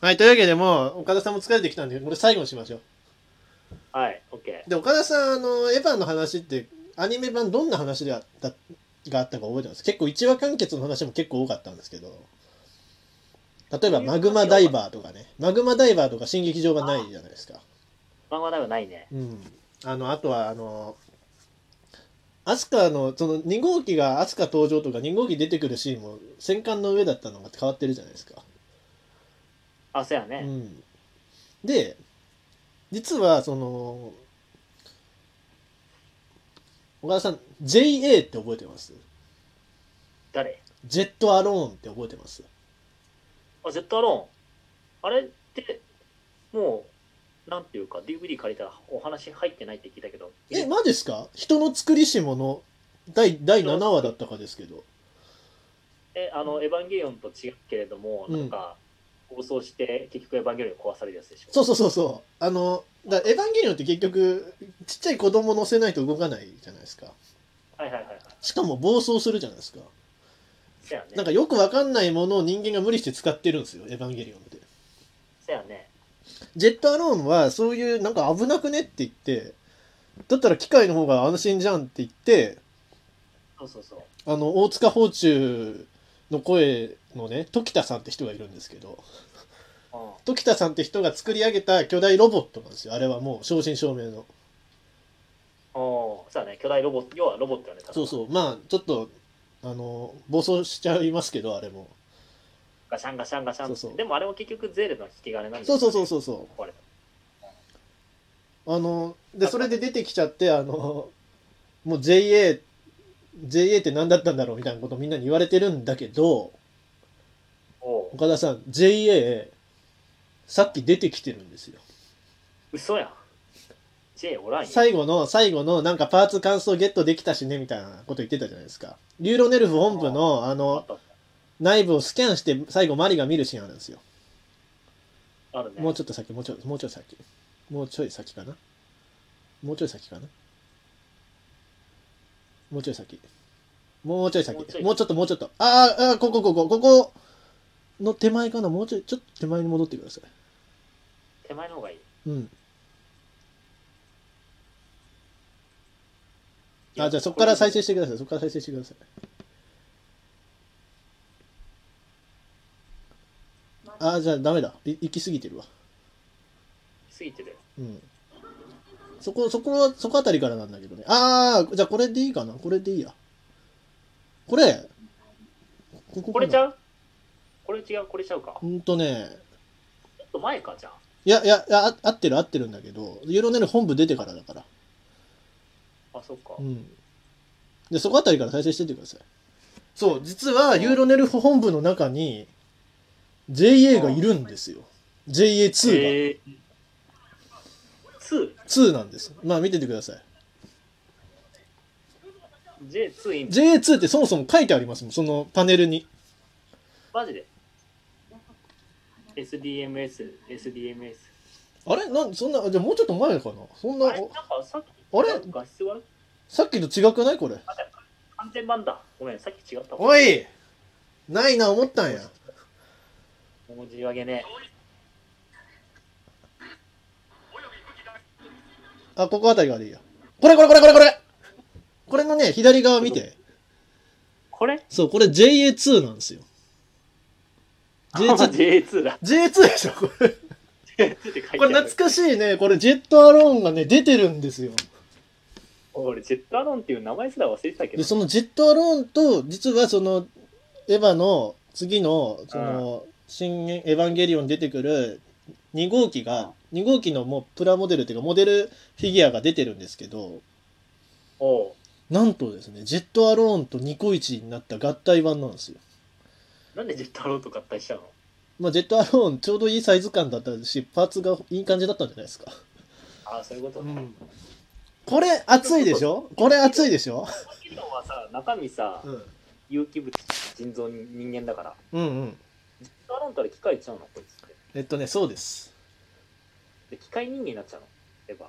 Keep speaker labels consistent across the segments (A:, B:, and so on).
A: はい、というわけでもう、岡田さんも疲れてきたんで、これ最後にしましょう。
B: はい、オッケ
A: で、岡田さん、あの、エヴァの話って、アニメ版どんな話であったがあったか覚えてます結構一話完結の話も結構多かったんですけど、例えばマグマダイバーとかね、マグマダイバーとか新劇場版ないじゃないですか。
B: ー。漫画ではないね。
A: うん。あの、あとは、あの、アスカの、その2号機がアスカ登場とか2号機出てくるシーンも戦艦の上だったのが変わってるじゃないですか。
B: あ、そうや
A: う
B: ね。
A: ん、で実はその岡田さん JA って覚えてます
B: 誰
A: ジェットアローンって覚えてます
B: あ、絶対アローン。あれって、もう、なんていうか、DVD 借りたらお話入ってないって聞いたけど。
A: えマジですか人の作りし者第第7話だったかですけど
B: えあの、エヴァンゲリオンと違うけれども、
A: うん
B: なんか、放送して、結局エヴァンゲリオン壊されるやつでしょ。
A: そうそうそうそうあのだエヴァンゲリオンって結局ちっちゃい子供乗せないと動かないじゃないですか
B: はいはいはいはい。
A: しかも暴走するじゃないですか
B: そうやね。
A: なんかよくわかんないものを人間が無理して使ってるんですよエヴァンゲリオンって
B: そうやね。
A: ジェットアローンはそういうなんか危なくねって言ってだったら機械の方が安心じゃんって言って
B: そうそうそう。
A: あの大塚芳忠の声のね時田さんって人がいるんですけど
B: うん。
A: 時田さんって人が作り上げた巨大ロボットなんですよあれはもう正真正銘の
B: おーそうだね、巨大ロボット、要はロボットよね、
A: そう
B: う。
A: そうまあちょっとあの暴走しちゃいますけどあれも
B: ガシャンガシャンガシャンって
A: そうそう
B: でもあれも結局ゼールの引き金なんです
A: そうそうそう
B: う。
A: そうそ
B: これ
A: うあのでそれで出てきちゃってあのもう JA JA って何だったんだろうみたいなことをみんなに言われてるんだけど、
B: おう
A: 岡田さん JA さっき出てきてるんですよ
B: 嘘やん。J おらんよ。
A: 最後の最後のなんかパーツ感想ゲットできたしねみたいなこと言ってたじゃないですかリューロネルフ本部のあ
B: あっ
A: の
B: た
A: 内部をスキャンして最後マリが見るシーンあるんですよ
B: あるね。
A: もうちょっと先もうちょいもうちょい先もうちょい先かなもうちょい先かなもうちょい先もうちょい先
B: もうちょい
A: もうちょっともうちょっとあーあーここここここの手前かなもうちょいちょっと手前に戻ってください
B: 手前の方がいい。
A: うんあじゃあそこから再生してくださいそこから再生してくださいあじゃあダメだい行き過ぎてるわ
B: 過ぎてる。
A: うんそこそこはそこあたりからなんだけどねああじゃあこれでいいかなこれでいいやこれここ
B: こ
A: かな
B: れちゃうこれ違う、これちゃうか。ち
A: ほ
B: ょ
A: んとね
B: っと前か、じゃあ。
A: いやいやいやあ合ってる合ってるんだけどユーロネル本部出てからだから
B: あ、そっか
A: う。ん、でそこあたりから再生してってくださいそう実はユーロネルフ本部の中に JA がいるんですよ JA2 が
B: えー。2?
A: 2なんですまあ見ててください
B: J2 いいんだ
A: JA2 ってそもそも書いてありますもんそのパネルに
B: マジで ?SDMS、SDMS。
A: あれなんそんなじゃあもうちょっと前かなそんな
B: あれなん
A: お
B: かさっき、
A: あれ
B: なんか画質悪い
A: さっきと違くないこれ
B: 完全版だ。ごめん、さっき違ったわ。
A: おいないな思ったんや
B: 文字上げね。
A: あここあたりからでいいやこれこれこれこれこれこれのね左側見て
B: これ
A: そうこれ JA2 なんですよ J2
B: J2 だ。
A: J2 でしょこれ
B: J2 って書いてある。
A: これ懐かしいね。これジェットアローンがね、出てるんですよ。
B: 俺、ジェットアロンっていう名前すら忘れてたけ
A: で、
B: ど。
A: そのジェットアローンと、実はその、エヴァの次の、その、新エヴァンゲリオンに出てくる2号機が、2号機のもうプラモデルっていうか、モデルフィギュアが出てるんですけど、
B: おう
A: なんとですね、ジェットアローンとニコイチになった合体版なんですよ。
B: なんでジェットアロンと合体したの
A: まあ、ジェットアローンちょうどいいサイズ感だったし、パーツがいい感じだったんじゃないですか。
B: ああ、そういうことね。エヴ
A: これ熱いでしょこれ熱いでしょ、
B: ァンゲリオンはさ、中身さ、
A: ん、
B: 有機物、人造人間だから。
A: うんうん。
B: ジェットアロンとあれ機械ちゃうのこいつって。
A: えっとね、そうです。
B: で、機械人間になっちゃうのエヴァ。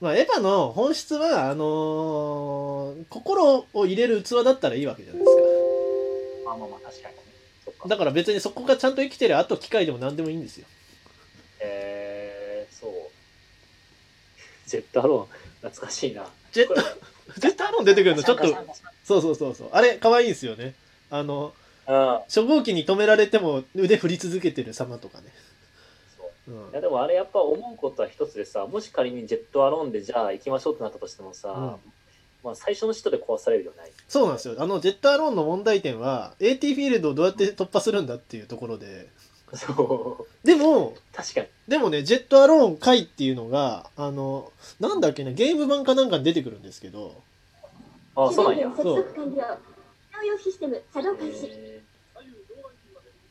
A: まあ、エヴァの本質はあのー心を入れる器だったらいいわけじゃないです
B: まあまあまあ、確かにね。そっ
A: か
B: か。
A: だから別にそこがちゃんと生きてるあと機械でも何でもいいんですよ
B: ジェットアローン、懐かしいな。
A: ジ ェット
B: これ
A: ジェットアローン出てくるのちょっと
B: うん。
A: そうそうそうそうあれ可愛いんですよねあの初号機に止められても腕振り続けてる様とかね、
B: そう
A: うん、
B: いやでもあれやっぱ思うことは一つでさ、もし仮にジェットアローンでじゃあ行きましょうってなったとしてもさ、
A: うん
B: まあ最初の人で壊されるよね。
A: そうなんですよあのジェットアローンの問題点は AT フィールドをどうやって突破するんだっていうところで
B: そう。
A: でも
B: 確かに。
A: でもねジェットアローン回っていうのがあのなんだっけねゲーム版かなんかに出てくるんですけど
B: ああ、そうなんや。
C: 接続完了。共用システム作動開始。
B: へ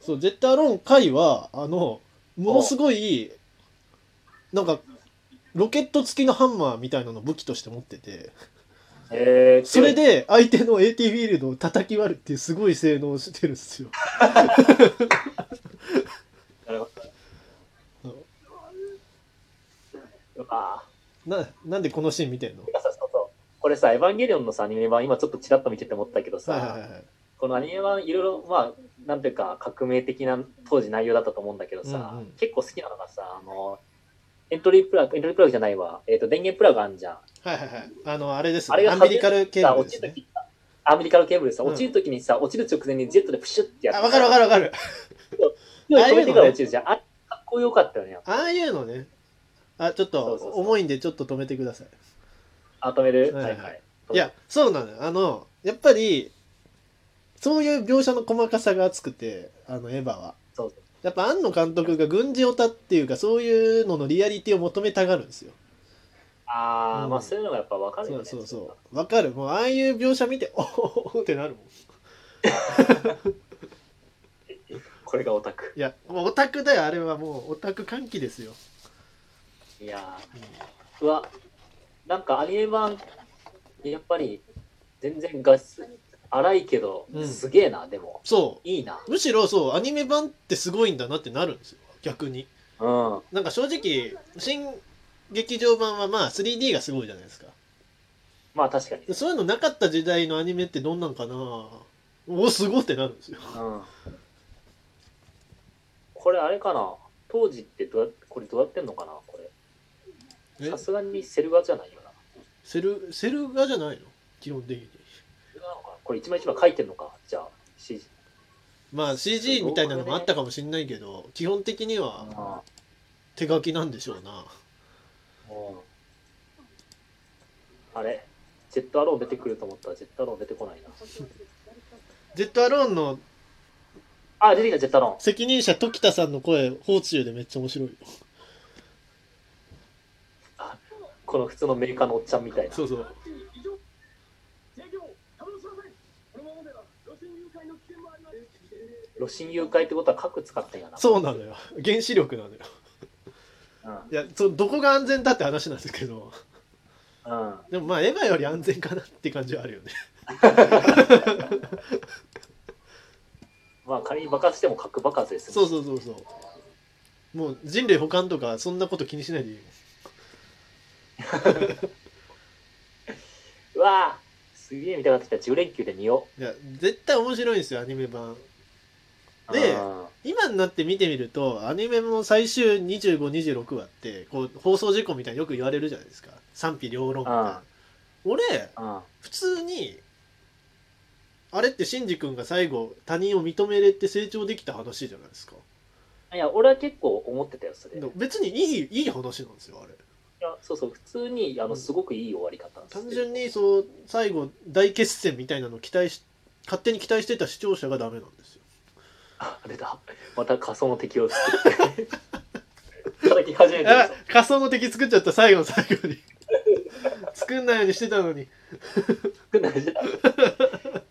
A: そうジェットアローン回はあのものすごいなんかロケット付きのハンマーみたいなのを武器として持ってて
B: えへえ
A: それで相手の AT フィールドを叩き割るっていうすごい性能をしてるんですよ
B: なるほど。うわぁ
A: ななんでこのシーン見てんの
B: てかさそうそうこれさ、エヴァンゲリオンのさ、アニメ版、今ちょっとちらっと見てて思ったけどさ、
A: はいはいはいはい
B: このアニメ版、いろいろ、まあ、なんていうか、革命的な当時内容だったと思うんだけどさ、
A: うんうん
B: 結構好きなのがさ、あの、エントリープラグ、エントリープラグじゃないわ、えっ、と、電源プラグあんじゃん。
A: はいはいはい。あの、あれです
B: あれ
A: ね。
B: が
A: アンビリカルケー
B: さ、
A: ブ
B: 落
A: ルで
B: ち
A: す
B: る
A: ね
B: と。き、アメリカのケーブルさ、
A: うん
B: 落ちるときにさ、落ちる直前にジェットでプシュってや
A: あ、
B: ってさ、
A: わかるわかるわかる。
B: 火を
A: ああいうのね
B: 止めてから落ちるじゃん。あれ、かっこよかったよね。
A: ああいうのね。あ、ちょっと
B: そうそうそう
A: 重いんでちょっと止めてください。
B: あ、止める、
A: はい
B: は
A: はいい
B: はい。
A: いや、そうなのよ。あの、やっぱり、そういう描写の細かさが厚くて、あの、エヴァは。
B: そうそう
A: やっぱ庵野監督が軍事オタっていうか、そういうののリアリティを求めたがるんですよ。
B: ああ、
A: うん
B: まあそういうのがやっぱわかる
A: そ
B: よ
A: う
B: ね。
A: そうそう。わかる。もう、ああいう描写見て、お おってなるもん。
B: これがオタク。
A: いや、もうオタクだよ。あれはもう、オタク歓喜ですよ。
B: いやー、うわ、なんかアニメ版、やっぱり全然画質荒いけど、
A: うん
B: すげえな、でも。
A: そ
B: いいな。
A: う。むしろそう、アニメ版ってすごいんだなってなるんですよ。逆に。
B: うん。
A: なんか正直新劇場版はまあ 3D がすごいじゃないですか
B: まあ確かに。
A: でそういうのなかった時代のアニメってどんなんかなおすごいってなるんですよ
B: うん。これあれかな当時ってどうやこれどうやってんのかなこれ。
A: え
B: さすがにセル画じゃないよな。
A: セルセル画じゃないの基本的に
B: セル画なのかなこれ一枚一枚書いてんのかじゃあ、CG。
A: まあ CG みたいなのもあったかもしんないけど基本的に
B: あ
A: は手書きなんでしょうな
B: うんあれジェットアローン出てくると思ったらジェットアローン出てこないな。
A: ジェットアローンの
B: あ、出てきたジェットアローン。
A: 責任者時田さんの声放置でめっちゃ面白いよ
B: この普通のメーカーのおっちゃんみたいな。
A: そうそう
B: 露心誘拐ってことは核使ってんやな。
A: そうなのよ原子力なのよ
B: うん。うん。
A: いやそどこが安全だって話なんですけどでもまあエヴァより安全かなって感じはあるよね
B: まあ仮に爆発しても核爆発ですもん
A: そうそうそうそうもう人類保管とかそんなこと気にしないでいいよ
B: うわぁすげえ見たかってきた10連休で見よ
A: いや絶対面白いんですよアニメ版
B: う。
A: で
B: うん
A: 今になって見てみるとアニメの最終2526話ってこう放送事故みたいによく言われるじゃないですか賛否両論みたい
B: ああ
A: な俺
B: うん。
A: 普通にあれってシンジ君が最後他人を認めれて成長できた話じゃないですか
B: いや、俺は結構思ってたよ、それ。い
A: でも別にいいいい話なんですよあれ
B: やそうそう、普通に、あ
A: う
B: の、
A: ん
B: すごくいい終わり方なんですよ
A: 単純にそう最後大決戦みたいなのを期待し勝手に期待してた視聴者がダメなんですよ
B: ああれだ。また仮想の敵を作って。 叩き始めてる
A: あ
B: ぞ。
A: 仮想の敵作っちゃった最後の最後に作んないようにしてたのに
B: 少ないじゃん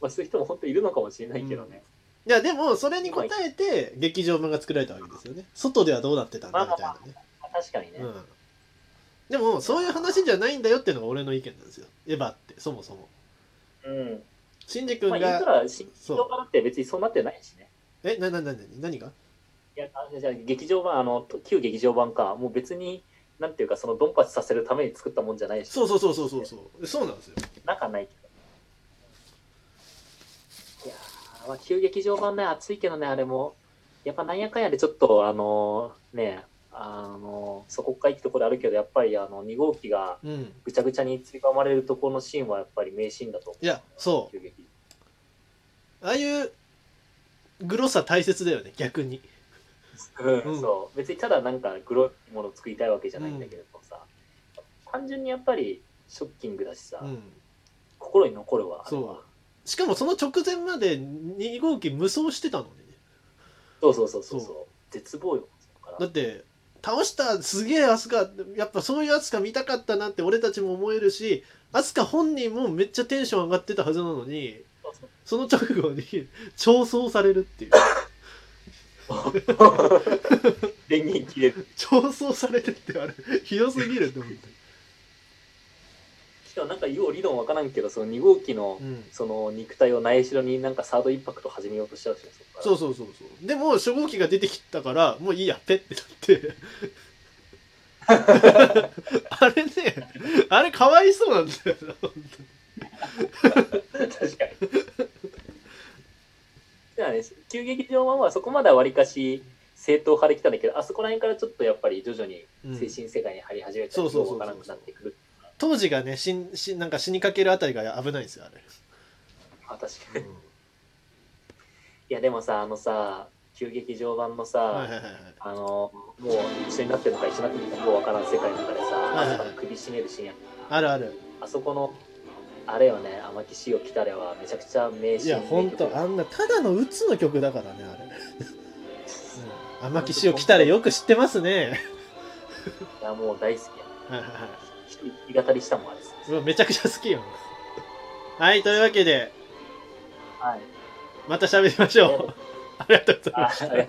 B: まあそういう人も本当いるのかもしれないけどね。
A: いやでもそれに応えて劇場版が作られたわけですよね外ではどうなってたんだみたいなね、
B: まあ、確かにね、
A: うん、でもそういう話じゃないんだよっていうのが俺の意見なんですよエヴァってそもそも
B: うん。
A: シンジ君
B: まあ
A: が、
B: 言ったら、新
A: そう
B: 人版って別にそうなってないしね。
A: えなななな何が
B: いや、あじゃあ劇場版、あの、旧劇場版か、もう別に、なんていうか、そのドンパチさせるために作ったもんじゃないし、
A: そうそうそうそうそうそうそうなんですよ
B: なんかないけど。いやーまあ、旧劇場版ね、熱いけどね、あれも、やっぱなんやかんやでちょっと、あのーね、あのそこかいってところあるけどやっぱりあの2号機が
A: うん
B: ぐちゃぐちゃにつり込まれるところのシーンはやっぱり名シーンだと思
A: いやそう
B: う急激
A: うああいうグロさ大切だよね逆に
B: うん そう別にただなんか黒いものを作りたいわけじゃないんだけどさ、単純にやっぱりショッキングだしさ、
A: うん
B: 心に残るわあれは
A: しかもその直前まで2号機無双してたのね
B: そうそうそうそうそう
A: そ
B: 絶望よそこか
A: だ
B: ら
A: って倒したすげえアスカやっぱそういうアスカ見たかったなって俺たちも思えるしアスカ本人もめっちゃテンション上がってたはずなのに
B: そうそう
A: その直後に調創されるっていう
B: 電源切れる
A: 調創されるってあれひどすぎるって思って、
B: しかもなんかよう理論わからんけどその2号機の
A: うん、
B: その肉体をないしろになんかサードインパクト始めようとしちゃうしねそこから
A: そうそうそうそうでも初号機が出てきたからもういいやペってなってあれねあれかわいそうなんだよな本当に
B: 確かに。 じゃあね、急激上はまあそこまではわりかし正統派できたんだけど、あそこら辺からちょっとやっぱり徐々に
A: うん
B: 精神世界に入り始めたり、
A: そうそうそうそ
B: わ
A: う
B: からなくなってくる。
A: 当時がねしんしなんか死にかけるあたりが危ないんですよあれ、
B: あ、確かに。いや、でもさ、あのさ、急激上版のさ、
A: はいはいはいはい
B: あの、もう一緒になってるのか一緒になってるのかもうわからん世界の中でさ、
A: いはい
B: あそこ首絞めるシーンやった
A: あるある
B: あそこの、あれよね、天木潮来たれはめちゃくちゃ名シーン
A: いやほん
B: 名曲
A: とあんなただの鬱の曲だからねあれ、うん、天木潮来たらよく知ってますね
B: いや、もう大好き
A: はいは
B: や。
A: いはい
B: 一人弾き語りしたもんあれさ。
A: うわめちゃくちゃ好きよはいというわけで
B: はい。
A: また喋りましょうありがとうございます
B: あありがとうございます